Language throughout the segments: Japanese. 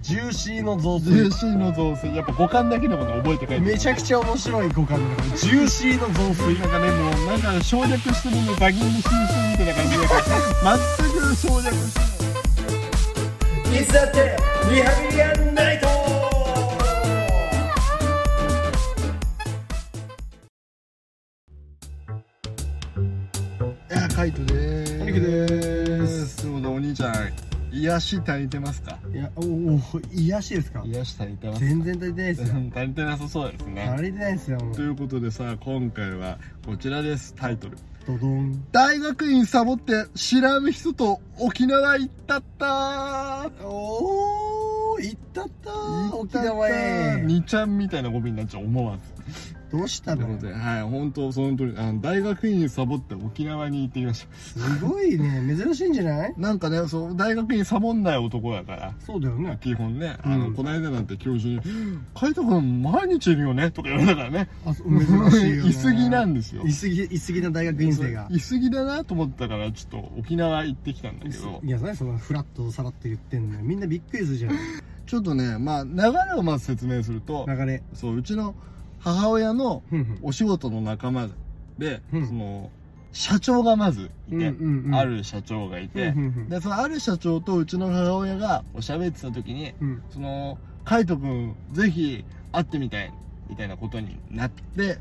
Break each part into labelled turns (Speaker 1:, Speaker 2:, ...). Speaker 1: ジューシーの雑
Speaker 2: ジュー
Speaker 1: 炊
Speaker 2: シーの雑炊やっぱ五感だけでもね覚えて帰って
Speaker 1: めちゃくちゃ面白い五感だからジューシーの雑炊
Speaker 2: なんかねもうなんか省略してるのザギンに浸水みたいな感じだから全く省略してない
Speaker 1: いつだってリハビリアンナイト
Speaker 2: いやカイトでーす
Speaker 1: カイトです
Speaker 2: どうだお兄ちゃん癒し足りてますか
Speaker 1: いやおお癒やしですか
Speaker 2: 癒し足りてま
Speaker 1: 全然足りて ないですよ
Speaker 2: 足りてなさそうですね
Speaker 1: 足りてないですよもう
Speaker 2: ということでさ今回はこちらですタイトル
Speaker 1: ドドン
Speaker 2: 大学院サボって知らぬ人と沖縄行ったったー
Speaker 1: おお行ったったー沖縄へ
Speaker 2: 2ちゃんみたいな語尾になっちゃう思わず
Speaker 1: どうした
Speaker 2: という
Speaker 1: の
Speaker 2: ことではい本当その通りあの大学院サボって沖縄に行ってきまし
Speaker 1: すごいね珍しいんじゃない
Speaker 2: たなんかねそう大学院サボんない男だから
Speaker 1: そうだよね
Speaker 2: 基本ね、あ
Speaker 1: う
Speaker 2: の
Speaker 1: ん
Speaker 2: この間なんて教授に「海斗君毎日いるよね」とか言われたからね
Speaker 1: あそう珍し いよね
Speaker 2: いすぎなんですよ
Speaker 1: いすぎいすぎな大学院生が
Speaker 2: いすぎだなと思ったからちょっと沖縄行ってきたんだけど
Speaker 1: いや何そのフラットさらっと言ってんのよみんなびっくりする じゃん
Speaker 2: ちょっとねまあ流れをまず説明すると
Speaker 1: 流れ
Speaker 2: そううちの母親の
Speaker 1: ふんふん
Speaker 2: お仕事の仲間で、
Speaker 1: うん
Speaker 2: その社長がまずいて、
Speaker 1: うんうん
Speaker 2: ある社長がいて、
Speaker 1: うんうんうん
Speaker 2: でそのある社長とうちの母親がおしゃべってた時に
Speaker 1: うん
Speaker 2: その海斗君ぜひ会ってみたいみたいなことになって、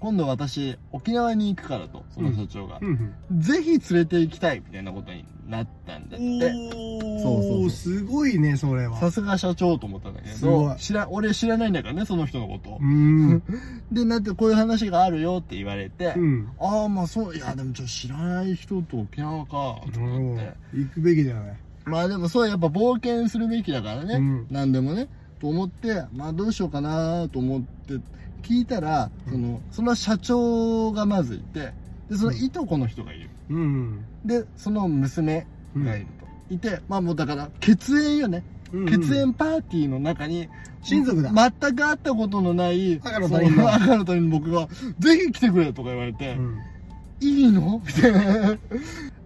Speaker 2: 今度私沖縄に行くからとその社長が
Speaker 1: ふ、んふん
Speaker 2: ぜひ連れて行きたいみたいなことになったんだって
Speaker 1: お
Speaker 2: そうそうそ
Speaker 1: お
Speaker 2: う
Speaker 1: すごいねそれは
Speaker 2: さすが社長と思ったんだけ
Speaker 1: すご
Speaker 2: ど
Speaker 1: い
Speaker 2: 知ら俺知らないんだからねその人のことを
Speaker 1: う、ん
Speaker 2: でなんてこういう話があるよって言われて、
Speaker 1: うん
Speaker 2: ああまあそういやでもちょっと知らない人と沖縄かと思
Speaker 1: お
Speaker 2: っ
Speaker 1: ー
Speaker 2: て
Speaker 1: 行くべきだよね
Speaker 2: まあでもそうやっぱ冒険するべきだからね、
Speaker 1: うん
Speaker 2: 何でもねと思ってまあどうしようかなと思って聞いたら、そのその社長がまずいてでそのいとこの人がいる、
Speaker 1: うん
Speaker 2: でその娘
Speaker 1: うん
Speaker 2: がいると、いてまあもうだから血縁よね、
Speaker 1: うん
Speaker 2: 血縁パーティーの中に
Speaker 1: 親族だ
Speaker 2: 全く会ったことのない
Speaker 1: 赤の他人だ
Speaker 2: そ赤の他人の僕が「ぜひ来てくれ」とか言われて、
Speaker 1: うん
Speaker 2: いいの みたいな。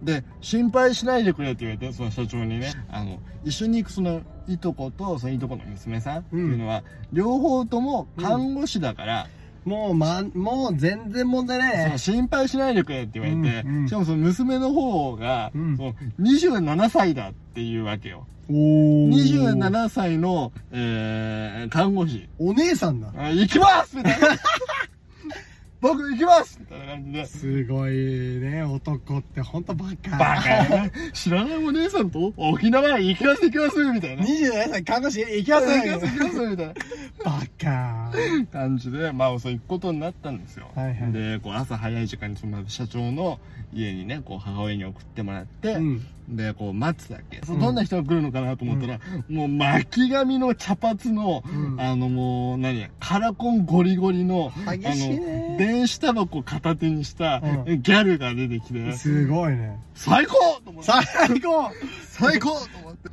Speaker 2: で、心配しないでくれって言われて、その社長にね、あの、一緒に行くその、いとこと、そのいとこの娘さんっていうのは、両方とも看護師だから、
Speaker 1: もうまもう全然問題ない
Speaker 2: その
Speaker 1: ね
Speaker 2: 心配しないでくれって言われて、
Speaker 1: うんうん
Speaker 2: しかもその娘の方が、
Speaker 1: うん
Speaker 2: その27歳だっていうわけよ。
Speaker 1: おお
Speaker 2: 27歳の、えー、看護師。
Speaker 1: お姉さんだ
Speaker 2: あ行きますみた いな。僕行きますみたいな感じで。
Speaker 1: すごいね男ってほんとバカ
Speaker 2: バカやな 知らないお姉さんと沖縄行きます行きますみたいな。行き
Speaker 1: 27歳看護師行き
Speaker 2: ま
Speaker 1: ますす
Speaker 2: 行きます行きますみたい
Speaker 1: バカ
Speaker 2: な感じで、まあそう行くことになったんですよ。
Speaker 1: はいはい
Speaker 2: で、こう朝早い時間にその社長の家にね、こう母親に送ってもらって、
Speaker 1: うん
Speaker 2: で、こう待つだけ。
Speaker 1: うん
Speaker 2: どんな人が来るのかなと思ったら、もう巻き髪の茶髪の、
Speaker 1: うん
Speaker 2: あのもう何、カラコンゴリゴリの、
Speaker 1: 激しいね
Speaker 2: あの、電子タバコ片手にした
Speaker 1: う
Speaker 2: ギャルが出てきて、
Speaker 1: すごいね
Speaker 2: 最高と思って。
Speaker 1: 最高
Speaker 2: 最高と思って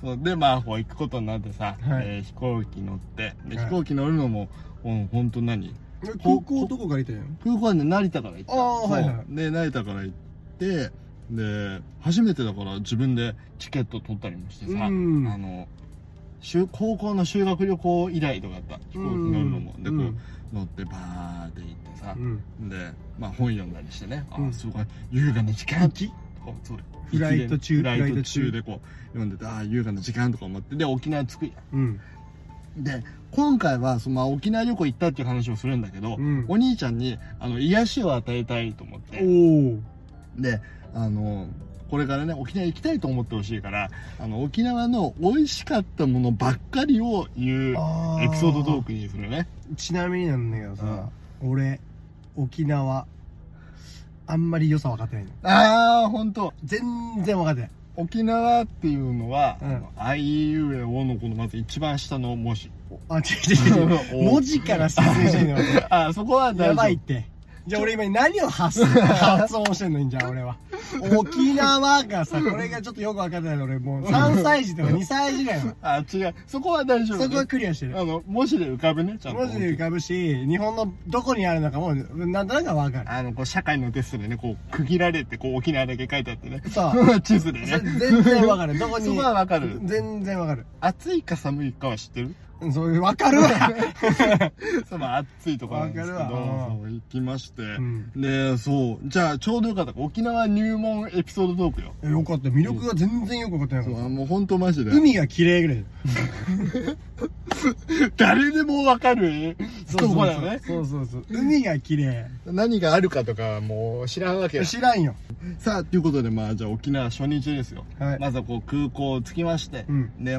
Speaker 2: そうでまあこう行くことになってさ、
Speaker 1: はい
Speaker 2: えー飛行機乗ってで
Speaker 1: はい
Speaker 2: 飛行機乗るのも、うん、ほんと何
Speaker 1: 空港どこからいたんや
Speaker 2: 空港はね成田から行った
Speaker 1: あー
Speaker 2: そう
Speaker 1: はいはい
Speaker 2: で成田から行ってで初めてだから自分でチケット取ったりもしてさ、
Speaker 1: うん
Speaker 2: あの修高校の修学旅行以来とかだった飛行機乗るのも、でこう、乗ってバーって行ってさ、
Speaker 1: うん
Speaker 2: で、まあ、本読んだりしてね、
Speaker 1: う
Speaker 2: あ
Speaker 1: ん
Speaker 2: あすごい優雅な時間とかそう
Speaker 1: フライト中
Speaker 2: フライ
Speaker 1: フラ
Speaker 2: ト
Speaker 1: イト中
Speaker 2: 中でこう読んでてああ優雅な時間とか思ってで沖縄着くやん
Speaker 1: うん
Speaker 2: で今回はその、まあ、沖縄旅行行ったっていう話をするんだけど、
Speaker 1: うん
Speaker 2: お兄ちゃんにあの癒しを与えたいと思って
Speaker 1: おお
Speaker 2: であのこれからね沖縄行きたいと思ってほしいからあの沖縄の美味しかったものばっかりを言う
Speaker 1: あー
Speaker 2: エピソードトークにするね
Speaker 1: ちなみになんだけどさ俺沖縄あんまり良さ分かってないの
Speaker 2: ああ本当
Speaker 1: 全然分かってない
Speaker 2: 沖縄っていうのは、
Speaker 1: うん
Speaker 2: あのあいうえおのこのまず一番下 の文字
Speaker 1: あ違う違う違う文字から説明してんのよ
Speaker 2: あそこは大丈夫
Speaker 1: やばいってじゃあ俺今何を 発す発音してんのにじゃあ俺は沖縄がさこれがちょっとよく分かってないの俺もう3歳児とか2歳 児だよ
Speaker 2: あ、違う。そこは大丈夫、ね。
Speaker 1: そこはクリアしてる
Speaker 2: あの、文字で浮かぶね、ちゃんと。
Speaker 1: 文字で浮かぶし日本のどこにあるのかもなんとなくは分かる
Speaker 2: あの、こう、社会のテストでね、こう、区切られて、こう、沖縄だけ書いてあってね。。
Speaker 1: そう
Speaker 2: 地図で
Speaker 1: そ
Speaker 2: ね
Speaker 1: れ。全然分かるどこに
Speaker 2: そこは分かる
Speaker 1: 全然分かる
Speaker 2: 暑いか寒いかは知ってる
Speaker 1: うんそういう分かるわ
Speaker 2: その暑いとこなんですけど、
Speaker 1: わかるわ
Speaker 2: そう行きまして。
Speaker 1: ん
Speaker 2: で、そう。じゃあ、ちょうどよかった。沖縄入門エピソードトークよ。
Speaker 1: えよかった魅力が全然よく分かってな
Speaker 2: そう
Speaker 1: かっ
Speaker 2: あもうほんとマジで
Speaker 1: た。海が綺麗ぐらい
Speaker 2: 誰でもわかるとこだよね。
Speaker 1: そうそうそう海が綺麗
Speaker 2: 何があるかとかはもう知らんわけよ。
Speaker 1: 知らんよ
Speaker 2: さあ、ということで、まあ、じゃあ沖縄初日ですよ。
Speaker 1: はい
Speaker 2: まずはこう空港着きまして、
Speaker 1: うん
Speaker 2: で、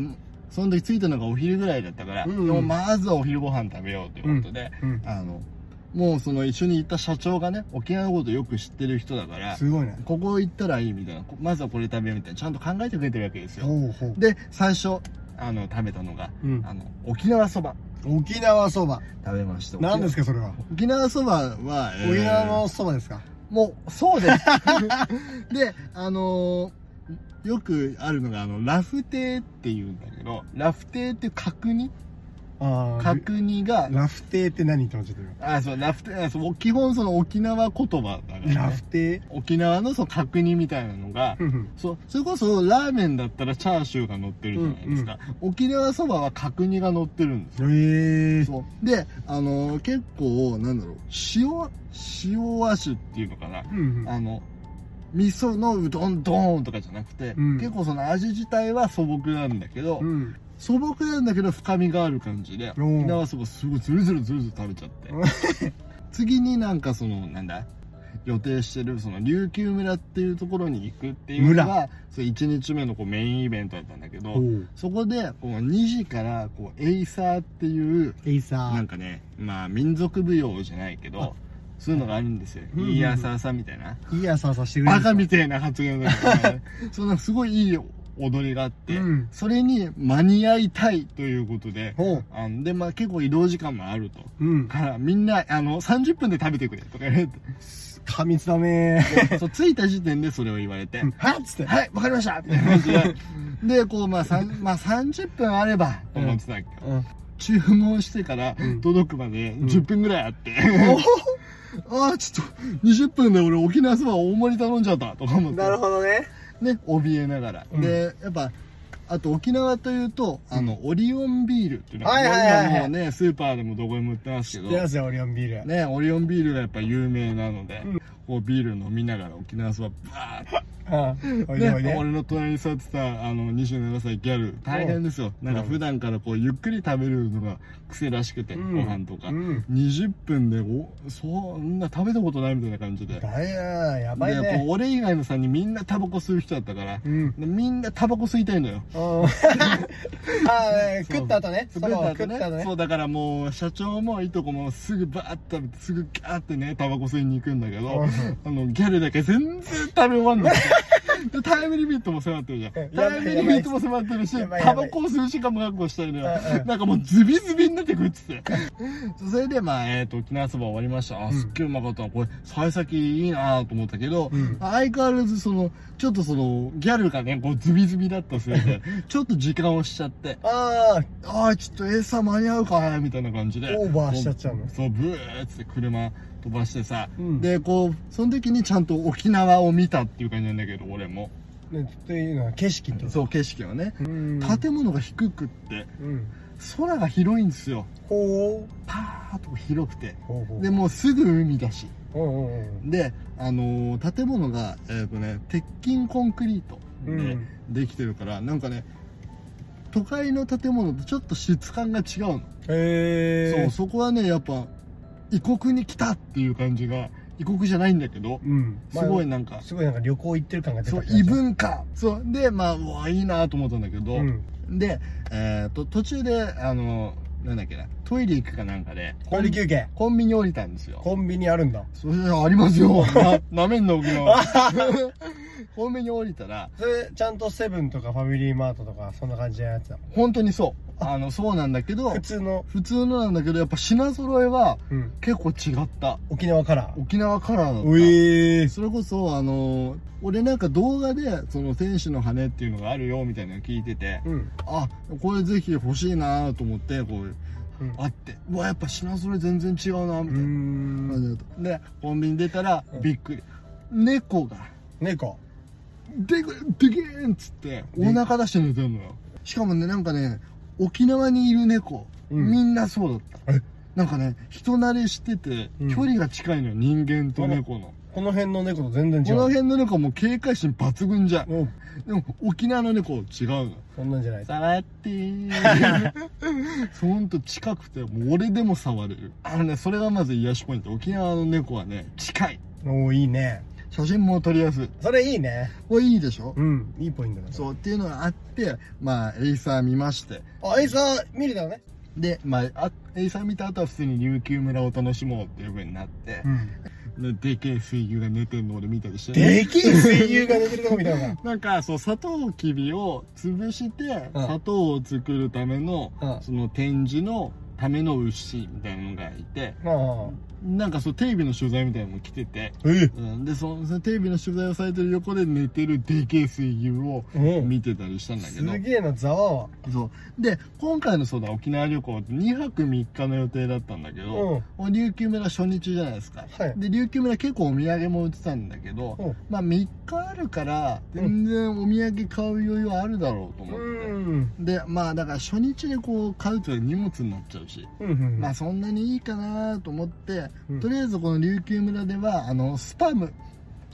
Speaker 2: その時着いたのがお昼ぐらいだったから、
Speaker 1: うんうん
Speaker 2: でもまずはお昼ご飯食べようということで、
Speaker 1: うん
Speaker 2: あの、もうその一緒に行った社長がね、沖縄のことよく知ってる人だから、
Speaker 1: すごいね
Speaker 2: ここ行ったらいいみたいな、こまずはこれ食べようみたいな、ちゃんと考えてくれてるわけですよ。
Speaker 1: ほうほう
Speaker 2: で、最初、あの、食べたのが、
Speaker 1: うん
Speaker 2: あの、沖縄そば
Speaker 1: 沖縄そば
Speaker 2: 食べました。
Speaker 1: 何ですかそれは
Speaker 2: 沖縄そばは、えー
Speaker 1: 沖縄のそばですか
Speaker 2: もう、そうです。 で、あのーよくあるのが、あの、ラフテーって言うんだけど、ラフテーっていう角煮
Speaker 1: ああ
Speaker 2: 角煮が、
Speaker 1: ラフテーって何って思っちゃってる
Speaker 2: あ、そう、ラフテーあ、そう、基本その沖縄言葉だから、ね。
Speaker 1: ラフテー
Speaker 2: 沖縄のその角煮みたいなのが、
Speaker 1: うんうん
Speaker 2: そう、それこそラーメンだったらチャーシューが乗ってるじゃないですか。沖縄そばは角煮が乗ってるんですよ。
Speaker 1: ええ
Speaker 2: そうで、あのー結構、なんだろう、塩、塩和種っていうのかな。
Speaker 1: うんうん
Speaker 2: あの味噌のうどんドーンとかじゃなくて、
Speaker 1: うん
Speaker 2: 結構その味自体は素朴なんだけど、
Speaker 1: うん
Speaker 2: 素朴なんだけど深みがある感じで
Speaker 1: おー
Speaker 2: 沖縄そばすごいズルズルズルズル食べちゃって
Speaker 1: う
Speaker 2: 次になんかそのなんだ予定してるその琉球村っていうところに行くっていうのがそう1日目のこうメインイベントだったんだけ
Speaker 1: お
Speaker 2: ど
Speaker 1: う
Speaker 2: そこでこう2時からこうエイサーっていう
Speaker 1: エイサ
Speaker 2: なん
Speaker 1: ー
Speaker 2: かねまあ民族舞踊じゃないけ
Speaker 1: あ
Speaker 2: どそういうのがあるんですよ
Speaker 1: うんうんうん
Speaker 2: いいやさあさみたいない
Speaker 1: いやさーさーしてくれ
Speaker 2: バ
Speaker 1: る
Speaker 2: カみたいな発言だか らねそんなすごいいい踊りがあって、
Speaker 1: うん
Speaker 2: それに間に合いたいということで、
Speaker 1: ほう
Speaker 2: あので、まあ結構移動時間もあると。
Speaker 1: うん
Speaker 2: から、みんな、あの、30分で食べてくれとか言わ
Speaker 1: 過密だね
Speaker 2: れて、そう、着いた時点でそれを言われて、
Speaker 1: うん はっつって
Speaker 2: はい、わかりましたって感じで、で、こう、まあ、さ んまあ、30分あれば、と思ってたけど、
Speaker 1: うん
Speaker 2: 注文してから
Speaker 1: うん
Speaker 2: 届くまで10分ぐらいあって、 ああ、ちょっと、20分で俺沖縄そば大盛り頼んじゃったとか思って。
Speaker 1: なるほどね
Speaker 2: ね、怯えながら。
Speaker 1: うん
Speaker 2: で、やっぱ、あと沖縄というと、あの、オリオンビールっていうの
Speaker 1: はいはいはいはい
Speaker 2: 今もうね、スーパーでもどこでも売ってますけど、
Speaker 1: 出ますよオリオンビール
Speaker 2: ね、オリオンビールがやっぱ有名なので、
Speaker 1: うん
Speaker 2: こうビール飲みながら沖縄そばバー
Speaker 1: うんおいでお
Speaker 2: ッ
Speaker 1: い
Speaker 2: て、
Speaker 1: で
Speaker 2: ね、俺の隣に座ってた、あの、27歳ギャル、大変ですよ。なんか普段からこう、ゆっくり食べるのが癖らしくて、
Speaker 1: うん
Speaker 2: ご飯とか。
Speaker 1: うん
Speaker 2: 20分で、お、そんな食べたことないみたいな感じで。
Speaker 1: だよやばい
Speaker 2: でこ
Speaker 1: ね
Speaker 2: う俺以外の3人みんなタバコ吸う人だったから、
Speaker 1: うん
Speaker 2: でみんなタバコ吸いたいのよ。
Speaker 1: うんあー食った後ねそばを食った後ね
Speaker 2: そう、だからもう、社長もいとこもすぐバーッと食べて、すぐガーってね、タバコ吸いに行くんだけど、あの、ギャルだけ全然食べ終わんない。 で、タイムリミットも迫ってるじゃん。
Speaker 1: うん
Speaker 2: タイムリミットも迫ってるし
Speaker 1: や、ばいや
Speaker 2: タ
Speaker 1: ば
Speaker 2: バ
Speaker 1: い
Speaker 2: コを吸う時間も確保したいのよ
Speaker 1: うんう。ん
Speaker 2: なんかもうズビズビになってくるっつ って。それで、まあ、えっ、と、沖縄そば終わりました。あ、
Speaker 1: うん
Speaker 2: すっげえうまかった。これ、幸先いいなと思ったけど、
Speaker 1: うん
Speaker 2: 相変わらず、その、ちょっとその、ギャルがね、こう、ズビズビだったせい で、ちょっと時間をしちゃって、
Speaker 1: あ
Speaker 2: ああ、ちょっと餌間に合うかなみたいな感じで。
Speaker 1: オーバーしちゃっちゃうの
Speaker 2: そう、ブーっつって車飛ばしてさ。
Speaker 1: うん
Speaker 2: で、こう、その時にちゃんと沖縄を見たっていう感じなんだけど、俺も。
Speaker 1: あねっていうのは景色ってこと
Speaker 2: そう、景色をね。
Speaker 1: うん
Speaker 2: 建物が低くって、
Speaker 1: うん
Speaker 2: 空が広いんですよ。
Speaker 1: ほ
Speaker 2: パーッと広くて。
Speaker 1: うほうほう
Speaker 2: で、もうすぐ海だし。
Speaker 1: うんうんうん
Speaker 2: で、あのー建物が、えっ、とね、鉄筋コンクリート
Speaker 1: う
Speaker 2: で
Speaker 1: ん
Speaker 2: できてるから、なんかね、都会の建物とちょっと質感が違うの。
Speaker 1: へ
Speaker 2: そ
Speaker 1: え
Speaker 2: う、そこはね、やっぱ、異国に来たっていう感じが、異国じゃないんだけど、
Speaker 1: うん
Speaker 2: すごい
Speaker 1: ま
Speaker 2: なんか
Speaker 1: あ、すごいなんか旅行行ってる感が出た
Speaker 2: そう、
Speaker 1: 感じ
Speaker 2: 異文化。そう、で、まあ、うわ、いいなと思ったんだけど、
Speaker 1: うん
Speaker 2: で、えっ、と、途中で、あの、なんだっけな、トイレ行くかなんかで、
Speaker 1: コンビ休憩。
Speaker 2: コンビニ降りたんですよ。
Speaker 1: コンビニあるんだ。
Speaker 2: それありますよ。な、なめんの、僕の。 コンビニ降りたら、
Speaker 1: それ、ちゃんとセブンとかファミリーマートとか、そんな感じのやつだも
Speaker 2: 本当にそう。あの、そうなんだけ ど
Speaker 1: ん。普、通の、
Speaker 2: 普通のなんだけど、やっぱ品揃えは
Speaker 1: うん、
Speaker 2: 結構違った。
Speaker 1: 沖縄カラー。
Speaker 2: 沖縄カラーだった。
Speaker 1: うえー。
Speaker 2: それこそ、あのー俺なんか動画で、その、天使の羽っていうのがあるよ、みたいなの聞いてて、
Speaker 1: うん。
Speaker 2: あ、これぜひ欲しいなと思って、こ
Speaker 1: う
Speaker 2: う、
Speaker 1: ん
Speaker 2: あって、うわ、やっぱ品揃え全然違うな
Speaker 1: うー
Speaker 2: みたいな。
Speaker 1: ん。
Speaker 2: で、コンビニ出たら
Speaker 1: うん、
Speaker 2: びっくり。猫が、
Speaker 1: 猫。
Speaker 2: でぐ、でげーんっつって、お
Speaker 1: で
Speaker 2: 腹出して寝てんのよ。しかもね、なんかね、沖縄にいる猫、
Speaker 1: うん
Speaker 2: みんなそうだった
Speaker 1: え。
Speaker 2: なんかね、人慣れしてて
Speaker 1: うん、
Speaker 2: 距離が近いのよ、人間と猫の。
Speaker 1: この辺の猫と全然
Speaker 2: こ
Speaker 1: 違
Speaker 2: の
Speaker 1: う。
Speaker 2: 辺の猫も警戒心抜群じゃん。
Speaker 1: おう
Speaker 2: でも、沖縄の猫、違うの。
Speaker 1: そんなんじゃない。
Speaker 2: 触ってーそう ほんと近くてもう俺でも触れるあのねそれがまず癒しポイント沖縄の猫はね近い
Speaker 1: おういいね。
Speaker 2: 写真も撮りやすい
Speaker 1: それいいね。
Speaker 2: これいいでしょ、
Speaker 1: うん。いいポイントだね。
Speaker 2: そうっていうのがあってまあエイサー見まして
Speaker 1: あ、エイサー見れたのね。
Speaker 2: で、まあ、あエイサー見た後は普通に琉球村を楽しもうっていう風になって
Speaker 1: う、ん。
Speaker 2: ででけえ水牛が寝てんの俺見たりしてね、
Speaker 1: できん声優が寝てるとこ見たのか。
Speaker 2: なんかそうサトウキビを潰して
Speaker 1: うん
Speaker 2: 砂糖を作るための、
Speaker 1: うん
Speaker 2: その展示のための牛みたいなのがいて、
Speaker 1: まあ
Speaker 2: なんかそうテレビの取材みたいなのも来てて、
Speaker 1: あ。え
Speaker 2: うん、でそのそのテレビの取材をされてる横で寝てるでけえ水牛を
Speaker 1: うん。
Speaker 2: 見てたりしたんだけ
Speaker 1: す
Speaker 2: ど
Speaker 1: げえな、ざわわ。
Speaker 2: そうで今回のそうだ沖縄旅行って2泊3日の予定だったんだけど、
Speaker 1: うん。
Speaker 2: 琉球村初日じゃないですか、
Speaker 1: はい
Speaker 2: で琉球村結構お土産も売ってたんだけど、
Speaker 1: うん
Speaker 2: まあ3日あるから
Speaker 1: うん
Speaker 2: 全然お土産買う余裕はあるだろうと思って、
Speaker 1: うん。
Speaker 2: でまあだから初日でこう買うと荷物になっちゃうし、
Speaker 1: うんうん。
Speaker 2: まあそんなにいいかなと思って、
Speaker 1: うん
Speaker 2: とりあえずこの琉球村ではあのスパム
Speaker 1: ス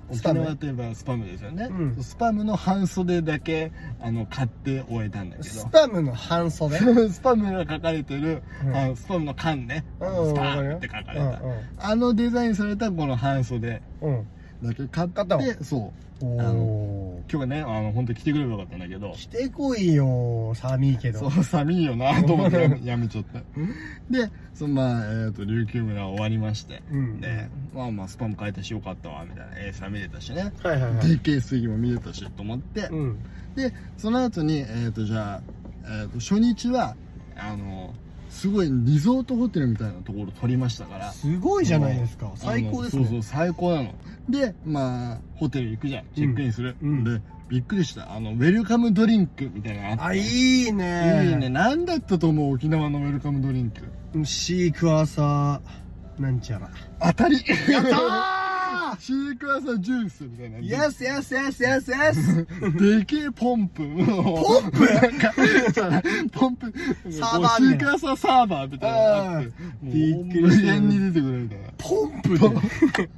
Speaker 2: 沖
Speaker 1: パム
Speaker 2: 縄といえばスパムですよね、
Speaker 1: うん
Speaker 2: スパムの半袖だけあの買って終えたんだけ
Speaker 1: ス
Speaker 2: ど
Speaker 1: パムの半袖。
Speaker 2: スパムが書かれてる、
Speaker 1: うん
Speaker 2: あのスパムの缶ね、
Speaker 1: うん
Speaker 2: スパムって書かれた、
Speaker 1: う
Speaker 2: あのデザインされたこの半袖
Speaker 1: んうん。
Speaker 2: だけ買っ
Speaker 1: 買ったの
Speaker 2: てそう
Speaker 1: うん。
Speaker 2: あ
Speaker 1: おー。
Speaker 2: 今日ねあの本当来てくればよかったんだけど
Speaker 1: 来てこいよ、寒いけ
Speaker 2: そ
Speaker 1: ど。
Speaker 2: う寒いよなと思って やめやめちゃったでそのまあ、えー、と琉球村終わりまして
Speaker 1: うん
Speaker 2: で、まあまあスパム変えたしよかったわみたいなエーサー見れたしね
Speaker 1: はいはいはい。
Speaker 2: DK 水も見れたしと思って、
Speaker 1: うん。
Speaker 2: でその後にえっ、とじゃあ、えー、と初日はあのすごいリゾートホテルみたいなところ撮りましたから
Speaker 1: すごいじゃないですか。
Speaker 2: あの
Speaker 1: 最高です
Speaker 2: そうそ
Speaker 1: ね。
Speaker 2: う最高なのでまあホテル行くじゃんチェックインする、
Speaker 1: うんうん
Speaker 2: でびっくりしたあのウェルカムドリンクみたいなのあって
Speaker 1: あ、いいね。
Speaker 2: いいね。何だったと思う沖縄のウェルカムドリンク
Speaker 1: シークワーサー、なんちゃら。
Speaker 2: 当たり
Speaker 1: やった
Speaker 2: シークワーサージュースみたいな。
Speaker 1: ー !Yes, yes, yes, yes, yes!
Speaker 2: でけえポンプポンプなんか、ポンプ、
Speaker 1: サーバー
Speaker 2: シ
Speaker 1: みたいな
Speaker 2: ークワーサーサーバーみたいなのがあって、
Speaker 1: あ
Speaker 2: も
Speaker 1: ー
Speaker 2: う
Speaker 1: びっくりした
Speaker 2: 無限に出てくるみたいな。
Speaker 1: ポンプで、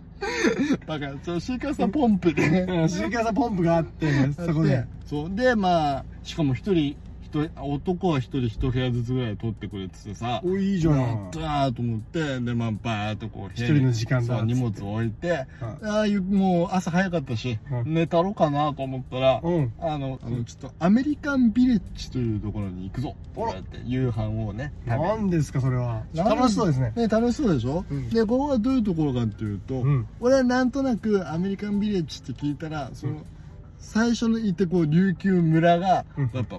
Speaker 2: だから、そうシークワーサーポンプで。
Speaker 1: シークワーサーポンプがあって、そこ
Speaker 2: や
Speaker 1: で
Speaker 2: って。そう。で、まあ、しかも一人、一人男は一人一部屋ずつぐらい取ってくれててさ、
Speaker 1: お、いいじゃ
Speaker 2: や
Speaker 1: ん
Speaker 2: った。ーと思って、で、まあ、バーっとこう、
Speaker 1: 一人の時間だ
Speaker 2: そう、荷物置いて、
Speaker 1: う
Speaker 2: ああいう、もう朝早かったし、
Speaker 1: うん
Speaker 2: 寝たろかなと思ったら、
Speaker 1: うん。
Speaker 2: あの、あの、ちょっとアメリカンビレッジというところに行くぞ
Speaker 1: あら
Speaker 2: ってって夕飯をね、食べ
Speaker 1: 何ですか、それは。
Speaker 2: なん
Speaker 1: 楽しそうですね。
Speaker 2: ね、楽しそうでしょ、
Speaker 1: うん
Speaker 2: で、ここはどういうところかっていうと、
Speaker 1: うん。
Speaker 2: 俺はなんとなくアメリカンビレッジって聞いたら、その、最初の行ってこう、琉球村が、
Speaker 1: うん
Speaker 2: やっぱ、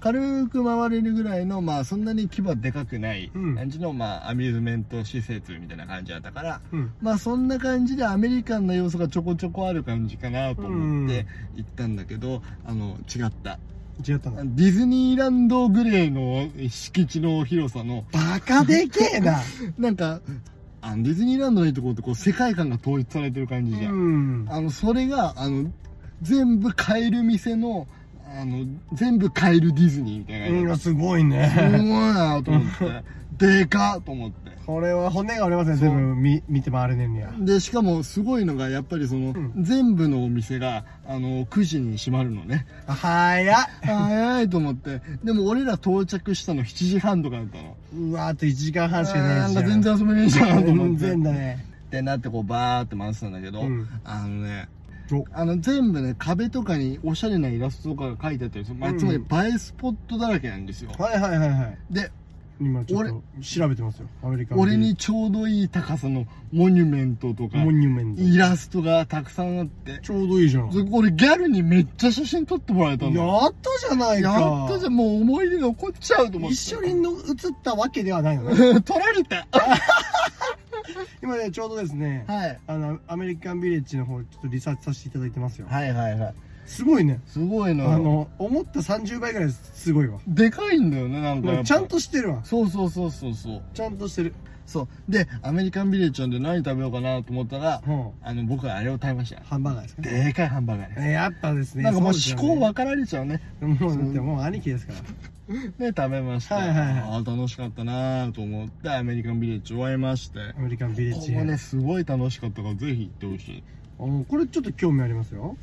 Speaker 2: 軽く回れるぐらいの、まあ、そんなに規模はでかくない
Speaker 1: うん
Speaker 2: 感じの、まあ、アミューズメント施設みたいな感じだったから、
Speaker 1: うん。
Speaker 2: まあそんな感じでアメリカンな要素がちょこちょこある感じかなと思って行ったんだけど、あの違った
Speaker 1: 違ったな。
Speaker 2: ディズニーランドグレーの敷地の広さの
Speaker 1: バカでけえ な。
Speaker 2: なんかあのディズニーランドのいいところってこう世界観が統一されてる感じじゃ
Speaker 1: ん。
Speaker 2: ん、あのそれがあの全部買える店のあの全部買えるディズニーみたいな
Speaker 1: う
Speaker 2: 感
Speaker 1: ん、
Speaker 2: じ
Speaker 1: すごい
Speaker 2: すご
Speaker 1: ね。
Speaker 2: いなと思って でかっと思って
Speaker 1: これは骨が折れますね、全部見見て回れねえんねや。
Speaker 2: でしかもすごいのがやっぱりその、
Speaker 1: ん
Speaker 2: 全部のお店があの9時に閉まるの ね
Speaker 1: あ早っ
Speaker 2: 早いと思ってでも俺ら到着したの7時半とかだったの
Speaker 1: うわあと1時間半しかね
Speaker 2: な
Speaker 1: え
Speaker 2: ん
Speaker 1: じゃ
Speaker 2: か
Speaker 1: ん
Speaker 2: 全然遊べねえじゃんと思っ
Speaker 1: 全
Speaker 2: て
Speaker 1: 然だね
Speaker 2: ってなってこうバーって回ってたんだけど、
Speaker 1: うん
Speaker 2: あのね
Speaker 1: お
Speaker 2: あの全部ね壁とかにおしゃれなイラストとかが書いてあったりする、まあ、
Speaker 1: うん
Speaker 2: つまり映えスポットだらけなんですよ、
Speaker 1: はいはいはいはい
Speaker 2: で
Speaker 1: 今ちょっと調べてますよアメリカの
Speaker 2: 俺にちょうどいい高さのモニュメントとか
Speaker 1: モニュメント
Speaker 2: イラストがたくさんあって
Speaker 1: ちょうどいいじゃんや
Speaker 2: そ俺ギャルにめっちゃ写真撮ってもらえたんだ
Speaker 1: ったじゃないか
Speaker 2: やったじゃんもう思い出残っちゃうと思って
Speaker 1: 一緒 にの映ったわけではないのね
Speaker 2: 撮られた
Speaker 1: 今ねちょうどですね
Speaker 2: はい
Speaker 1: あのアメリカンビレッジの方ちょっとリサーチさせていただいてますよ
Speaker 2: はいはいはい
Speaker 1: すごいね
Speaker 2: すごい
Speaker 1: あ
Speaker 2: な
Speaker 1: の思った30倍ぐらいすごいわ
Speaker 2: でかいんだよねなんかやっぱ
Speaker 1: ちゃんとしてるわ
Speaker 2: そうそうそうそうそう
Speaker 1: ちゃんとしてる
Speaker 2: そうでアメリカンビレッジなんで何食べようかなと思ったら
Speaker 1: うん
Speaker 2: あの僕はあれを食べました
Speaker 1: ハンバーガーですかね
Speaker 2: でかいハンバーガーです
Speaker 1: えやっぱですね
Speaker 2: なんかもう
Speaker 1: そですよ
Speaker 2: 思
Speaker 1: ね
Speaker 2: 考分かられちゃうね
Speaker 1: もうだってもう兄貴ですから
Speaker 2: で食べました、
Speaker 1: はいはいはい
Speaker 2: あー楽しかったなーと思ってアメリカンビレッジ終わりまして
Speaker 1: アメリカンビレッ
Speaker 2: こ
Speaker 1: ジ
Speaker 2: こねすごい楽しかったからぜひ行ってほし
Speaker 1: うんこれちょっと興味ありますよ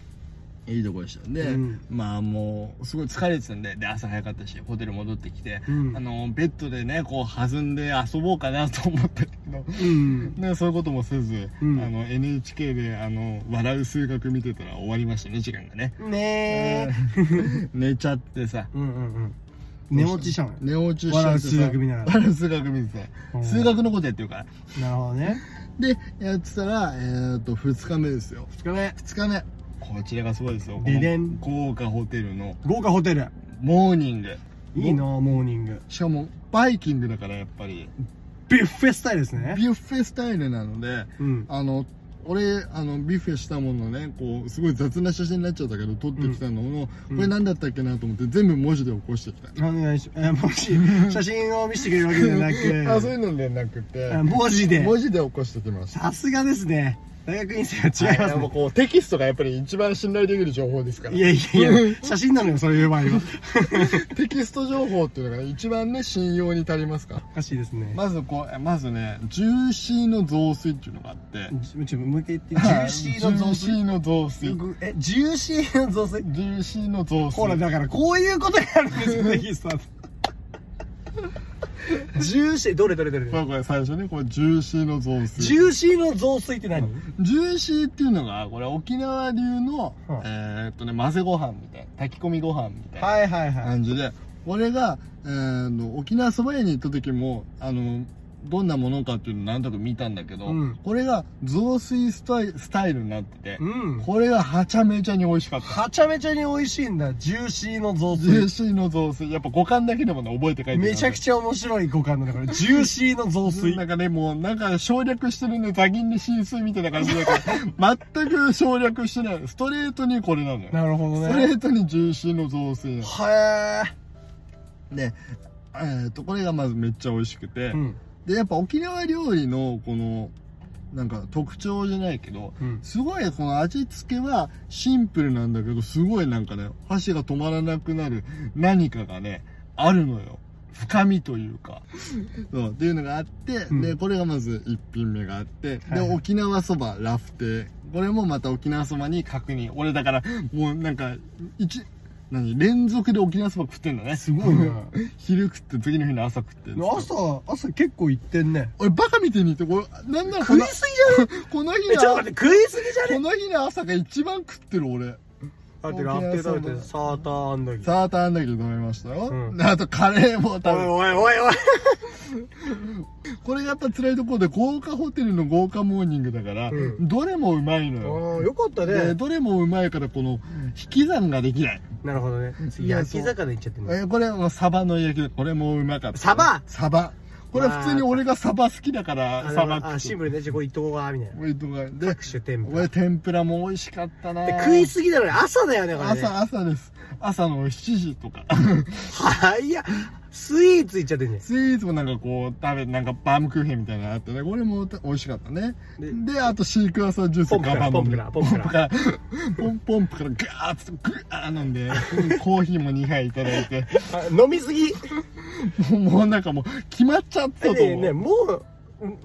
Speaker 2: いいいとこでしたで、
Speaker 1: うん
Speaker 2: まあもうすごい疲れてたんでで朝早かったしホテル戻ってきて、
Speaker 1: うん
Speaker 2: あのベッドでねこう弾んで遊ぼうかなと思ったけど
Speaker 1: うん
Speaker 2: ね、そういうこともせず、
Speaker 1: うん
Speaker 2: あの NHK であの笑う数学見てたら終わりましたね時間がね
Speaker 1: ねえ
Speaker 2: 寝ちゃってさ
Speaker 1: うんうんうん寝落ちしたのよ
Speaker 2: 寝落ちしちゃっ
Speaker 1: 笑う
Speaker 2: てさ
Speaker 1: 数学見ながら
Speaker 2: 笑う数学見て
Speaker 1: う
Speaker 2: さ
Speaker 1: ん
Speaker 2: 数学のことやってるから
Speaker 1: なるほどね
Speaker 2: でやってたらえー、っと2日目ですよ
Speaker 1: 2日目
Speaker 2: 2日目こちらがすごいですよ
Speaker 1: ででん
Speaker 2: この豪華ホテルの
Speaker 1: 豪華ホテル
Speaker 2: モーニング
Speaker 1: いいなモーニング
Speaker 2: しかもバイキングだからやっぱり
Speaker 1: ビュッフェスタイルですね
Speaker 2: ビュッフェスタイルなので
Speaker 1: うん
Speaker 2: あの俺あのビュッフェしたものねこうすごい雑な写真になっちゃったけど撮ってきたのを、
Speaker 1: うん
Speaker 2: これ何だったっけなと思って全部文字で起こしてきた、
Speaker 1: お願いし えもし写真を見せてくれるわけじゃな
Speaker 2: あそうい
Speaker 1: く
Speaker 2: うのでなくて
Speaker 1: あ文字で
Speaker 2: 文字で起こしてきました
Speaker 1: さすがですね大学院生は違いま
Speaker 2: は
Speaker 1: す
Speaker 2: やっぱ
Speaker 1: ね
Speaker 2: こうテキストがやっぱり一番信頼できる情報ですから
Speaker 1: いやいやいや写真なのよそういう場合は
Speaker 2: テキスト情報っていうのが一番ね信用に足りますから
Speaker 1: おかしいですね
Speaker 2: まずこうまずねジューシーの雑炊っていうのがあって
Speaker 1: ちょちょもう一回言ってジューシーの雑
Speaker 2: ジ
Speaker 1: 炊
Speaker 2: ューシーの雑炊
Speaker 1: えジューシーの雑炊
Speaker 2: ジューシーの雑炊
Speaker 1: ほらだからこういうことがあるんですよテキストはジューシーどれどれどれど
Speaker 2: こ
Speaker 1: れ
Speaker 2: れこれ最初ねこれジューシーの雑炊
Speaker 1: ジューシーの雑炊って何
Speaker 2: ジューシーっていうのが、これ沖縄流の、
Speaker 1: はい
Speaker 2: えーっとね、混ぜご飯みたいな、炊き込みご飯みたいない
Speaker 1: はいい
Speaker 2: 感じで、俺が、えーの沖縄そば屋に行った時も、あの、どんなものかっていうのを何とか見たんだけど、
Speaker 1: うん
Speaker 2: これが雑炊スタイスタイルになってて、
Speaker 1: うん
Speaker 2: これがはちゃめちゃに美味しかった。
Speaker 1: はちゃめちゃに美味しいんだジューシーの雑
Speaker 2: ジュー
Speaker 1: 炊
Speaker 2: シーの雑炊、やっぱ五感だけでもね、覚えて帰って
Speaker 1: めちゃく
Speaker 2: ゃ。
Speaker 1: ちゃ面白い五感だからジューシーの雑炊
Speaker 2: なんかね、もうなんか省略してるね、座銀に浸水みたいな感じだから、全く省略してない。ストレートにこれなのよ。
Speaker 1: なるほど
Speaker 2: ストレートにジューシーの雑炊
Speaker 1: は
Speaker 2: で、えー、とこれがまずめっちゃ美味しくて、
Speaker 1: えうん
Speaker 2: でやっぱ沖縄料理のこのなんか特徴じゃないけど
Speaker 1: うん
Speaker 2: すごいこの味付けはシンプルなんだけどすごいなんかね箸が止まらなくなる何かがねあるのよ深みとい うかそうっていうのがあって、
Speaker 1: ん
Speaker 2: でこれがまず1品目があって、
Speaker 1: はいはい
Speaker 2: で沖縄そばラフテーこれもまた沖縄そばに確認俺だからもうなんか一何連続で沖縄そば食ってんだね
Speaker 1: すごいな
Speaker 2: 昼食って次の日の朝食って
Speaker 1: 朝朝結構行ってんね
Speaker 2: 俺バカみてえに言ってこれなんならこ
Speaker 1: 食い
Speaker 2: の
Speaker 1: すぎじゃね
Speaker 2: この日
Speaker 1: えちょっと
Speaker 2: の
Speaker 1: 待って食いすぎじゃね
Speaker 2: この日の朝が一番食ってる俺
Speaker 1: だって
Speaker 2: 沖
Speaker 1: ラ
Speaker 2: 縄
Speaker 1: フテー食べ
Speaker 2: そ
Speaker 1: て
Speaker 2: ば
Speaker 1: サーターアンダギー
Speaker 2: サーターアンダギー食べましたよ、
Speaker 1: うん
Speaker 2: であとカレーも食べ
Speaker 1: おいおいおいおい
Speaker 2: これがやっぱ辛いところで豪華ホテルの豪華モーニングだから、
Speaker 1: うん
Speaker 2: どれもうまいのよ
Speaker 1: ああよかった
Speaker 2: で
Speaker 1: ね
Speaker 2: どれもうまいからこの引き算ができない、
Speaker 1: なるほどね次
Speaker 2: いや
Speaker 1: 焼き魚行っちゃって
Speaker 2: え
Speaker 1: ね
Speaker 2: ーこれはサバの焼きこれもうまかった
Speaker 1: サバ
Speaker 2: サバこれは普通に俺がサバ好きだから
Speaker 1: あ
Speaker 2: サ
Speaker 1: の
Speaker 2: バ食
Speaker 1: あシンプルねじゃあこれ伊藤がみたいな
Speaker 2: 俺とかで
Speaker 1: 各種天ぷ
Speaker 2: 俺天ぷらも美味しかったな
Speaker 1: らで食いすぎだろね朝だよねこれね
Speaker 2: 朝朝です朝の7時とか
Speaker 1: はいやスイーツ行っちゃってね
Speaker 2: スイーツもなんかこう食べなんかバームクーヘンみたいなのあってねこれも美味しかったねであとシークワーサージュース
Speaker 1: ポンプから
Speaker 2: ガバ飲んで
Speaker 1: ポンプか
Speaker 2: ポンポンプからガーッとグー飲んで コーヒーも2杯いただいて
Speaker 1: あ飲みすぎ
Speaker 2: もうもうなんかもう決まっちゃったと
Speaker 1: ねえ
Speaker 2: 思
Speaker 1: ねえ
Speaker 2: う
Speaker 1: もう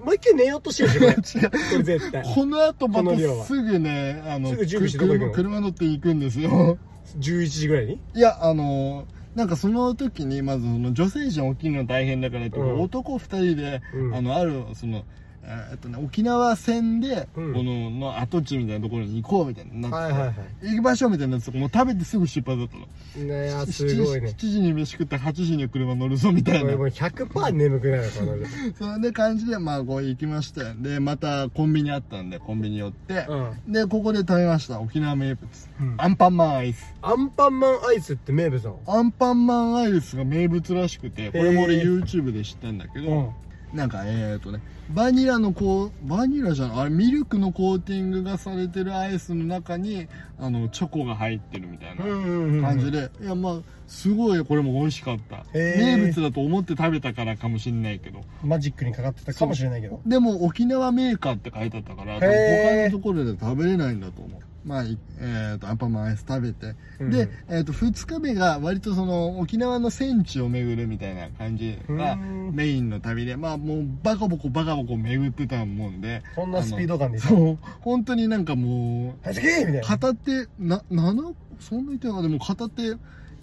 Speaker 1: もう一回寝ようとしてるじゃんこれ
Speaker 2: 違う
Speaker 1: これ絶対
Speaker 2: この後ま
Speaker 1: この量
Speaker 2: た
Speaker 1: は
Speaker 2: すぐねあの
Speaker 1: すぐ準備してどこ行くの
Speaker 2: 車車乗って行くんですよ
Speaker 1: 11時ぐらいに
Speaker 2: いやあのなんかその時にまずその女性陣起きるの大変だからって、
Speaker 1: うん
Speaker 2: 男2人で、
Speaker 1: うん
Speaker 2: あのあるそのえーっとね、沖縄戦で、
Speaker 1: うん
Speaker 2: このの跡地みたいなところに行こうみたいになって、
Speaker 1: はいはいは
Speaker 2: 行きましょうみたいなやつもう食べてすぐ出発だったの
Speaker 1: いねあ
Speaker 2: 7
Speaker 1: すごいね
Speaker 2: 時に飯食って8時に車乗るぞみたい
Speaker 1: こ
Speaker 2: な
Speaker 1: れもう100%眠くなるこの時
Speaker 2: そんな感じでまあこう行きましてでまたコンビニあったんでコンビニ寄って、
Speaker 1: うん
Speaker 2: でここで食べました沖縄名物、
Speaker 1: うん
Speaker 2: アンパンマンアイス
Speaker 1: アンパンマンアイスって名物なの
Speaker 2: アンパンマンアイスが名物らしくてこれも俺 YouTube で知ったんだけど、なんかえー、とねバニラのこうバニラじゃないあれミルクのコーティングがされてるアイスの中にあのチョコが入ってるみたいな
Speaker 1: うんうんうん
Speaker 2: 感じで、いやまあすごいこれも美味しかった
Speaker 1: へー
Speaker 2: 名物だと思って食べたからかもしれないけど
Speaker 1: マジックにかかってたかもしれないけど
Speaker 2: でも沖縄メーカーって書いてあったから多分
Speaker 1: へー
Speaker 2: 他のところで食べれないんだと思うまあ、いえー、とアンパンマンアイス食べて、
Speaker 1: うん
Speaker 2: で、えー、と2日目が割とその沖縄の戦地を巡るみたいな感じが
Speaker 1: うん
Speaker 2: メインの旅でまあもうバカボコバカボコ巡ってたもんで
Speaker 1: こんなスピード感でいいの
Speaker 2: そう本当になんかも
Speaker 1: はじけーみたいう
Speaker 2: 片手な7そんな言ってなかったでも片手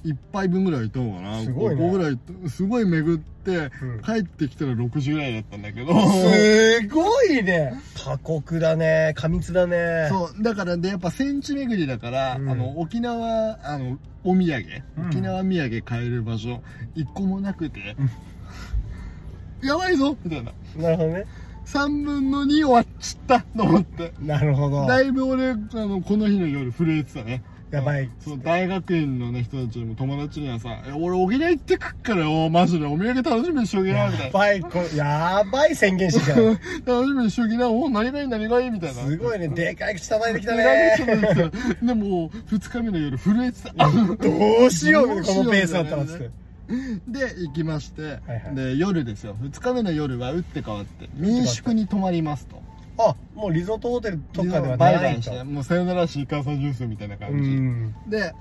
Speaker 2: 1杯分ぐらいいたのかな
Speaker 1: すごいね
Speaker 2: 5個ぐらいすごい巡って、
Speaker 1: うん
Speaker 2: 帰ってきたら6時ぐらいだったんだけど
Speaker 1: なすごいね過酷だね過密だね
Speaker 2: そうだからでやっぱ戦地巡りだから、
Speaker 1: うん
Speaker 2: あの沖縄あのお土産、
Speaker 1: うん
Speaker 2: 沖縄土産買える場所一個もなくて、やばいぞみたいな
Speaker 1: なるほどね
Speaker 2: 3分の2終わっちったと思って
Speaker 1: なるほど
Speaker 2: だいぶ俺あのこの日の夜震えてたね
Speaker 1: やばいっ
Speaker 2: そう大学院の、ね、人たちにも友達にはさ「え俺沖縄行ってくっからよマジでお土産楽しみにしときな」みた
Speaker 1: や
Speaker 2: いな
Speaker 1: ばいこやばい宣言してきた
Speaker 2: 楽しみにしときなお何がいい何がいいみたいな
Speaker 1: すごいねでかい口叩いてきた
Speaker 2: で
Speaker 1: ね
Speaker 2: でも2日目の夜震えてた
Speaker 1: どうしよう
Speaker 2: どうし
Speaker 1: こ
Speaker 2: よう
Speaker 1: のペースだったらっつっ
Speaker 2: みたい
Speaker 1: て
Speaker 2: なで行きまして、
Speaker 1: いはい
Speaker 2: で夜ですよ2日目の夜は打って変わって民宿に泊まりますと
Speaker 1: あもうリゾートホテルとかでは
Speaker 2: バイ
Speaker 1: な
Speaker 2: バ
Speaker 1: い
Speaker 2: イ
Speaker 1: と
Speaker 2: してもうさよならシーカーサージュースみたいな
Speaker 1: う
Speaker 2: 感じ、
Speaker 1: ん
Speaker 2: で、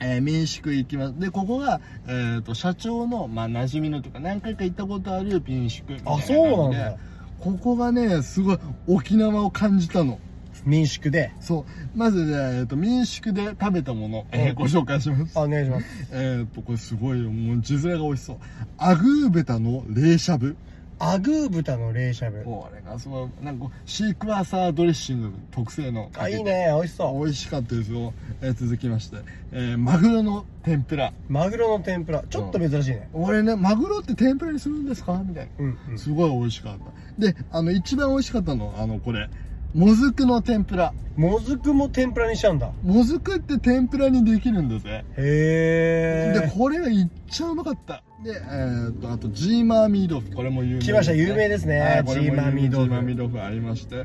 Speaker 2: えー民宿行きますでここが、えー、と社長のまあ馴染みのというか何回か行ったことある民宿みたいな
Speaker 1: あ
Speaker 2: 感じで
Speaker 1: そうなんだ
Speaker 2: ここがねすごい沖縄を感じたの
Speaker 1: 民宿で
Speaker 2: そうまずね、えー、と民宿で食べたもの、えー
Speaker 1: うん
Speaker 2: ご紹介します
Speaker 1: あお願いします
Speaker 2: えー、っと、これすごいよ。もう、地面が美味しそう。アグー豚の冷しゃぶ。
Speaker 1: アグー豚の冷しゃぶ
Speaker 2: これがすごい、なんかこう、シークワーサードレッシング特製のか
Speaker 1: あ
Speaker 2: けて
Speaker 1: いい。ね美味しそう
Speaker 2: 美味しかったですよ。えー続きまして、えーマグロの天ぷら。
Speaker 1: マグロの天ぷらちょっと珍しいね
Speaker 2: 俺ね、マグロって天ぷらにするんですかみたい
Speaker 1: うん
Speaker 2: な。すごい美味しかった。で、あの、一番美味しかったのは、あの、これ。もずくの天ぷら。
Speaker 1: もずくも天ぷらにしちゃうんだ
Speaker 2: もずくって天ぷらにできるんだぜ。
Speaker 1: へ
Speaker 2: で、
Speaker 1: え
Speaker 2: これがいっちゃうまかった。で、えーっと、あと、ジーマーミー豆腐。これも有名です
Speaker 1: 来
Speaker 2: ね、
Speaker 1: ました有名ですね
Speaker 2: はいこれも
Speaker 1: ジーマミー豆腐
Speaker 2: ジーマミー豆腐ありまして。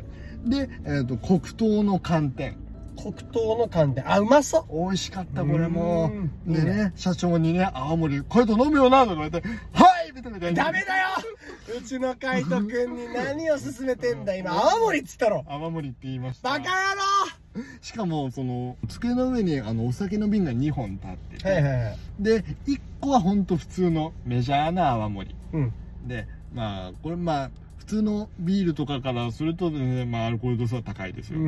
Speaker 2: で、えーっと、黒糖の寒天。
Speaker 1: 黒糖の寒天あうまそう
Speaker 2: 美味しかった、これも
Speaker 1: うん。
Speaker 2: でね、社長にね、青森、これと飲むよな、とか言って、はいみたいな感じで。
Speaker 1: ダメだようちの海斗くんに何を勧めてんだ今青森っつったろ
Speaker 2: 青森って言いました。
Speaker 1: バカ野郎
Speaker 2: しかも、その、机の上に、あの、お酒の瓶が2本立ってて、
Speaker 1: はいはいはい
Speaker 2: で、1個はほんと普通のメジャーな泡盛。
Speaker 1: うん
Speaker 2: でまあこれまあ普通のビールとかからするとね、まあ、アルコール度数は高いです
Speaker 1: う
Speaker 2: よ、
Speaker 1: んう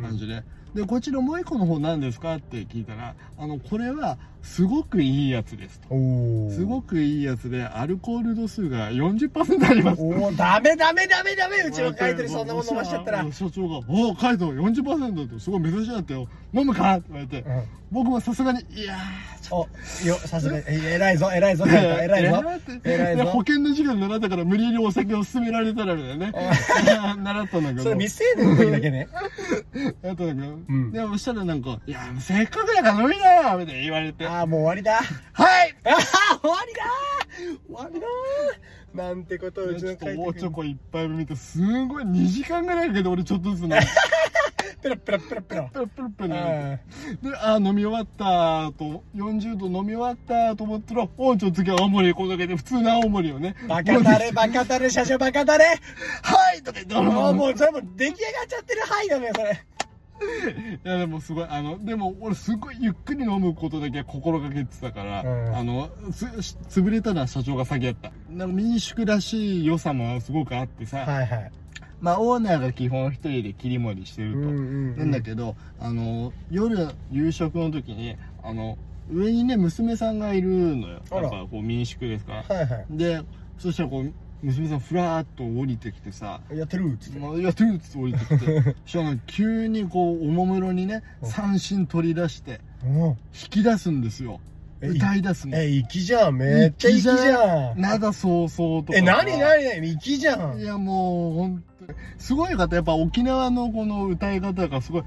Speaker 1: ん
Speaker 2: 感じででこっちのもう一個の方何ですかって聞いたらあのこれはすごくいいやつですと
Speaker 1: おお
Speaker 2: すごくいいやつでアルコール度数が40%あります
Speaker 1: おおダメダメダメダメうちの海斗にそんなもん飲ましちゃったら
Speaker 2: あの社長が「おおカイト40%だとすごい珍しいだったよ飲むか?」って言われて、
Speaker 1: うん
Speaker 2: 僕もさすがに「いやー
Speaker 1: およさすがえ偉いぞ偉いぞ
Speaker 2: い
Speaker 1: 海斗
Speaker 2: や
Speaker 1: 偉 い ぞ
Speaker 2: って
Speaker 1: 偉いぞ
Speaker 2: で保険の授業で習ったから無理やりお酒を勧められたらみた いなね習ったんだけど
Speaker 1: それ未成年の時だけね
Speaker 2: やったんだけど、
Speaker 1: うん
Speaker 2: でもしたらなんか「いやせっかくだから飲みなよ」みたいな言 われて「
Speaker 1: ああもう終わりだ
Speaker 2: はい!
Speaker 1: ああ終わりだ終わりだなんてことを」うち
Speaker 2: ちょ
Speaker 1: の
Speaker 2: っと
Speaker 1: 海
Speaker 2: お
Speaker 1: 斗
Speaker 2: うちょ
Speaker 1: 君
Speaker 2: こいっぱい見てすごい2時間ぐらいかけて俺ちょっと ずつね
Speaker 1: ペラペラペラペラ
Speaker 2: プルプルプ
Speaker 1: う
Speaker 2: ルね
Speaker 1: ん
Speaker 2: であー飲み終わったと40度飲み終わったと思ったら「おうちょ次は青森こうだけで普通の青森をね
Speaker 1: バカだれバカだれ社長バカだれ
Speaker 2: はい!」とか言って
Speaker 1: もうもうそれもう出来上がっちゃってる範囲だねそれ
Speaker 2: いやでもすごいあのでも俺すごいゆっくり飲むことだけは心がけてたから、
Speaker 1: うん
Speaker 2: あのつし潰れたのは社長が先やったなんか民宿らしい良さもすごくあってさ、
Speaker 1: はいはい
Speaker 2: まあオーナーが基本一人で切り盛りしてると、なんだけどあの夜夕食の時にあの上にね娘さんがいるのよ
Speaker 1: あ
Speaker 2: や
Speaker 1: ら
Speaker 2: っぱこう民宿ですから
Speaker 1: はいはい
Speaker 2: でそしたらこう娘さんふらーっと降りてきてさ
Speaker 1: やってるっつって、
Speaker 2: まあ、やってるっつって降りてきてしかも急にこうおもむろにね
Speaker 1: うん
Speaker 2: 三振取り出して
Speaker 1: うん
Speaker 2: 引き出すんですよ
Speaker 1: え
Speaker 2: 歌い出すの
Speaker 1: え粋じゃんめっちゃ粋じゃ
Speaker 2: 粋
Speaker 1: ん
Speaker 2: じなだそうそうとか
Speaker 1: え何何何粋じゃ
Speaker 2: い
Speaker 1: ん
Speaker 2: やもう本当にすごい方やっぱ沖縄のこの歌い方がすごい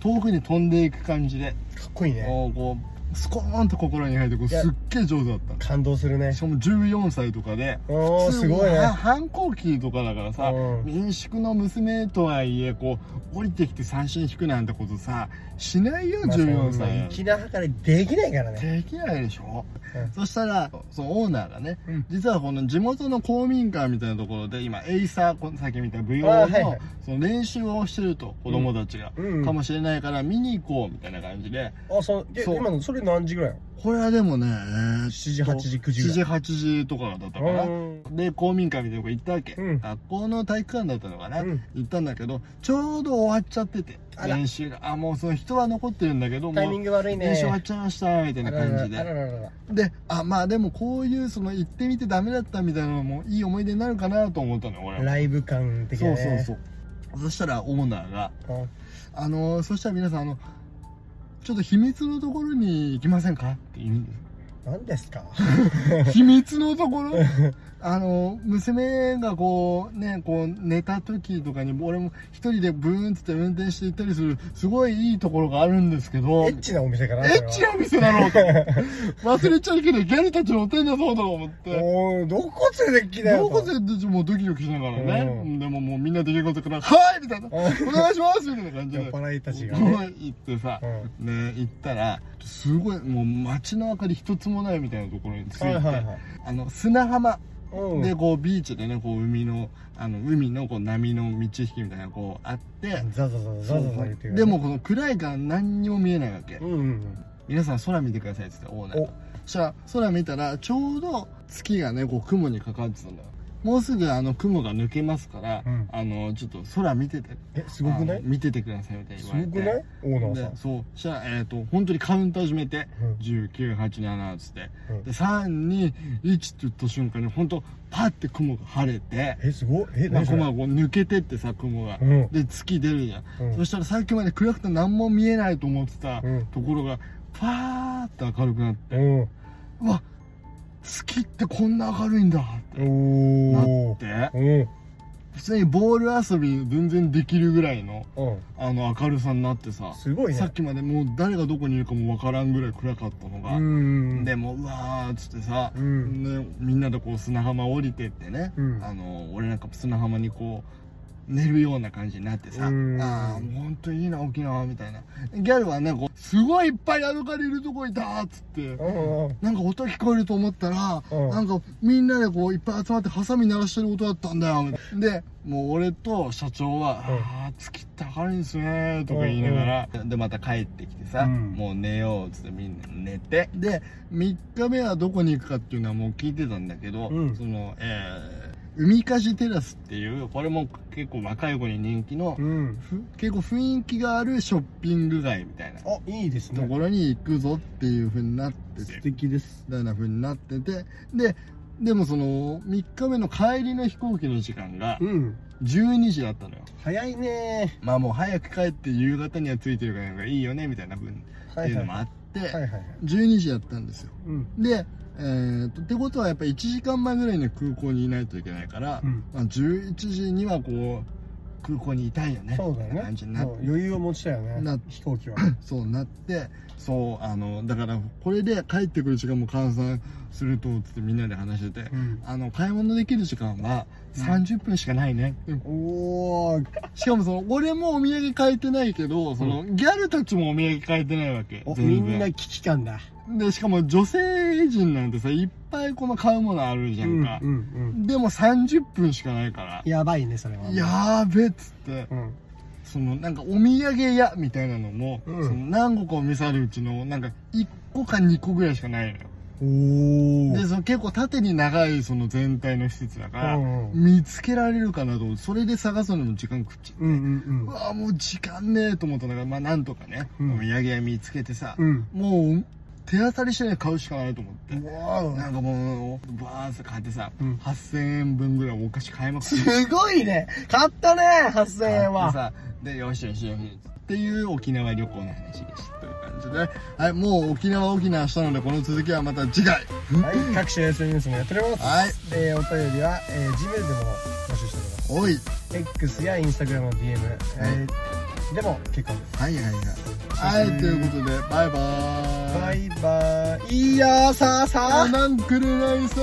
Speaker 2: 遠くに飛んでいく感じで、
Speaker 1: かっこいいね
Speaker 2: もうこうスコーンと心に入ってこう
Speaker 1: い
Speaker 2: す
Speaker 1: や
Speaker 2: っげえ上手だっ
Speaker 1: 感動する
Speaker 2: た
Speaker 1: ね
Speaker 2: しかも14歳とかで
Speaker 1: おーすごいね
Speaker 2: は反抗期とかだからさ
Speaker 1: うん
Speaker 2: 民宿の娘とはいえこう降りてきて三振引くなんてことさしないよ
Speaker 1: まあ
Speaker 2: 14
Speaker 1: そんな
Speaker 2: 歳
Speaker 1: 粋な計らいできないからね
Speaker 2: できないでしょ、
Speaker 1: うん
Speaker 2: そしたらそのオーナーがね、
Speaker 1: うん
Speaker 2: 実はこの地元の公民館みたいなところで今エイサーこのさっき見た VO の,、
Speaker 1: あーはいはい
Speaker 2: その練習をしてると子供たちが、
Speaker 1: うんうん
Speaker 2: かもしれないから見に行こうみたいな感じで
Speaker 1: あそうで
Speaker 2: そう
Speaker 1: 今のそれ何時ぐらい
Speaker 2: これはでもね7
Speaker 1: 7時8時9時
Speaker 2: 7
Speaker 1: ぐ
Speaker 2: 時8時とかだったか
Speaker 1: な
Speaker 2: な、
Speaker 1: うん
Speaker 2: で公民館みたいなとこ行ったわけ、
Speaker 1: うん
Speaker 2: 学校の体育館だったのかな、
Speaker 1: うん
Speaker 2: 行ったんだけどちょうど終わっちゃってて
Speaker 1: あら
Speaker 2: 練習があもうその人は残ってるんだけど
Speaker 1: タイミン
Speaker 2: も
Speaker 1: グ悪いうね
Speaker 2: 練習終わっちゃいましたみたいな感じで
Speaker 1: あららららら
Speaker 2: であまあでもこういうその行ってみてダメだったみたいなのもいい思い出になるかなと思ったのよ俺は
Speaker 1: ライブ感的な
Speaker 2: そうそう
Speaker 1: ね
Speaker 2: そうそしたらオーナーが
Speaker 1: うん
Speaker 2: 「あのーそしたら皆さんあのちょっと秘密のところに行きませんか?」って言うんです
Speaker 1: 何ですか
Speaker 2: 秘密のところあの娘がこうねこう寝た時とかに俺も一人でブーンっつって運転して行ったりするすごいいいところがあるんですけど
Speaker 1: エ
Speaker 2: エ
Speaker 1: ッチなお店かな
Speaker 2: ッチな店だろうと忘れちゃいけないギャルたちのお店だぞと思って
Speaker 1: おどこ連れてきたよ
Speaker 2: どこでもうドキドキしながらね、
Speaker 1: うん
Speaker 2: でももうみんなできることから「はい!」みたいな「お
Speaker 1: うん
Speaker 2: 願いします!」みたいな感じ
Speaker 1: 酔っ
Speaker 2: で。
Speaker 1: 払いたちがね
Speaker 2: 行ってさ、
Speaker 1: う
Speaker 2: ね行ったらすごいもう街の明かり一つもないみたいなところに着いて、
Speaker 1: はいはいはい
Speaker 2: あの砂浜
Speaker 1: うん
Speaker 2: でこうビーチでねこう海のあの海のこう波の道引きみたいなのがこうあって
Speaker 1: ザザザザザザ言ってるよね
Speaker 2: でもこの暗いから何にも見えないわけ、
Speaker 1: うんうん
Speaker 2: 皆さん空見てくださいっつってオーナー
Speaker 1: お
Speaker 2: がそしたら空見たらちょうど月がねこう雲にかかってたんだよもうすぐあの雲が抜けますから、
Speaker 1: うん
Speaker 2: あのちょっと空見てて
Speaker 1: えすごくな
Speaker 2: あ
Speaker 1: い
Speaker 2: の見ててくださいみたいに
Speaker 1: す
Speaker 2: 言われ
Speaker 1: ご
Speaker 2: て
Speaker 1: くないオーナーさん
Speaker 2: でそうそしたらえっ、と本当にカウンター始めて、
Speaker 1: うん
Speaker 2: 1987っつって、
Speaker 1: うん
Speaker 2: で321って言った瞬間に本当パッて雲が晴れて、
Speaker 1: えすごいえ
Speaker 2: まあ、
Speaker 1: 何それ
Speaker 2: こう抜けてってさ雲が、
Speaker 1: うん
Speaker 2: で月出るじゃん、
Speaker 1: うん
Speaker 2: そしたらさっきまで暗くて何も見えないと思ってた
Speaker 1: うん
Speaker 2: ところがパーッと明るくなって
Speaker 1: うん
Speaker 2: うわ月ってこんな明るいんだってな
Speaker 1: おお
Speaker 2: って
Speaker 1: うん
Speaker 2: 普通にボール遊び全然できるぐらいの
Speaker 1: うん
Speaker 2: あの明るさになってさ
Speaker 1: すごい
Speaker 2: さ
Speaker 1: ね
Speaker 2: っきまでもう誰がどこにいるかもわからんぐらい暗かったの
Speaker 1: う
Speaker 2: が、
Speaker 1: ん
Speaker 2: でもうわーっつってさ、
Speaker 1: うん
Speaker 2: ね、みんなでこう砂浜降りてってね、
Speaker 1: うん
Speaker 2: あの俺なんか砂浜にこう寝るような感じになってさ、
Speaker 1: うん
Speaker 2: ああもうほんといいな沖縄みたいなギャルはねこうすごいいっぱいアルカリいるとこいたーっつって
Speaker 1: うんうん
Speaker 2: なんか音聞こえると思ったら、
Speaker 1: うん
Speaker 2: なんかみんなでこういっぱい集まってハサミ鳴らしてる音だったんだよみたいなでもう俺と社長は「
Speaker 1: うん
Speaker 2: ああ月って明るいんですね」とか言いながら、でまた帰ってきてさ、
Speaker 1: うん
Speaker 2: もう寝ようっつってみんな寝てで3日目はどこに行くかっていうのはもう聞いてたんだけど、
Speaker 1: うん
Speaker 2: そのえー海かじテラスっていうこれも結構若い子に人気の、
Speaker 1: うん
Speaker 2: ふ結構雰囲気があるショッピング街みたいな
Speaker 1: あいいです
Speaker 2: と
Speaker 1: ね
Speaker 2: ころに行くぞっていう風になってて
Speaker 1: 敵です
Speaker 2: みたいな風になっててででもその3日目の帰りの飛行機の時間が
Speaker 1: うん
Speaker 2: 12時だったのよ
Speaker 1: 早いね
Speaker 2: まあもう早く帰って夕方には着いてるからいいよねみたいな風にっていうのもあって、
Speaker 1: はいはいはい
Speaker 2: 12時だったんですよ
Speaker 1: うん
Speaker 2: でえー、とってことはやっぱ1時間前ぐらいに空港にいないといけないから、
Speaker 1: うん
Speaker 2: まあ、11時にはこう空港にいたいよね
Speaker 1: そうだ
Speaker 2: みたいな
Speaker 1: よ
Speaker 2: 感
Speaker 1: ね
Speaker 2: じになって
Speaker 1: そう余裕を持ちたよ
Speaker 2: な
Speaker 1: ね飛行機は
Speaker 2: そうなってそうあのだからこれで帰ってくる時間も換算するとつってみんなで話してて、
Speaker 1: うん
Speaker 2: あの買い物できる時間は30分しかないね、
Speaker 1: おお
Speaker 2: しかもその俺もお土産買えてないけどその、ギャルたちもお土産買えてないわけ
Speaker 1: み
Speaker 2: 全
Speaker 1: んな
Speaker 2: 然
Speaker 1: 危機感だ
Speaker 2: でしかも女性人なんてさいっぱいこの買うものあるじゃんか、
Speaker 1: うんうん
Speaker 2: でも30分しかないから
Speaker 1: やばいねそれは
Speaker 2: やーべっつって
Speaker 1: うん
Speaker 2: そのなんかお土産屋みたいなのも、
Speaker 1: うん
Speaker 2: その何個かお店あるうちのなんか1個か2個ぐらいしかないのよ
Speaker 1: おお
Speaker 2: でその結構縦に長いその全体の施設だから、
Speaker 1: うんうん
Speaker 2: 見つけられるかなと思ってそれで探すのにも時間食っちゃう、
Speaker 1: うんうん
Speaker 2: うわもう時間ねえと思ったんだからまあなんとかね、
Speaker 1: うん
Speaker 2: お土産屋見つけてさ、
Speaker 1: うん
Speaker 2: もう手当たり次第買うしかないと思って。
Speaker 1: わお
Speaker 2: なんかもう、バーンって買ってさ、
Speaker 1: うん
Speaker 2: 8000円分ぐらいお菓子買えまくって
Speaker 1: すごいね買ったね8000円
Speaker 2: で
Speaker 1: は
Speaker 2: さでよしよしよしっていう沖縄旅行の話でしたという感じではいもう沖縄沖縄したのでこの続きはまた次回
Speaker 1: はい各種 SNS もやっております
Speaker 2: はい
Speaker 1: えーお便りは、えー、Gmail でも募集しております
Speaker 2: おい
Speaker 1: X や Instagram の DM、えーでも結構です
Speaker 2: はいはいはいはいということでバイバーイ
Speaker 1: バイバイいやーさあさあ
Speaker 2: あなんくれないさ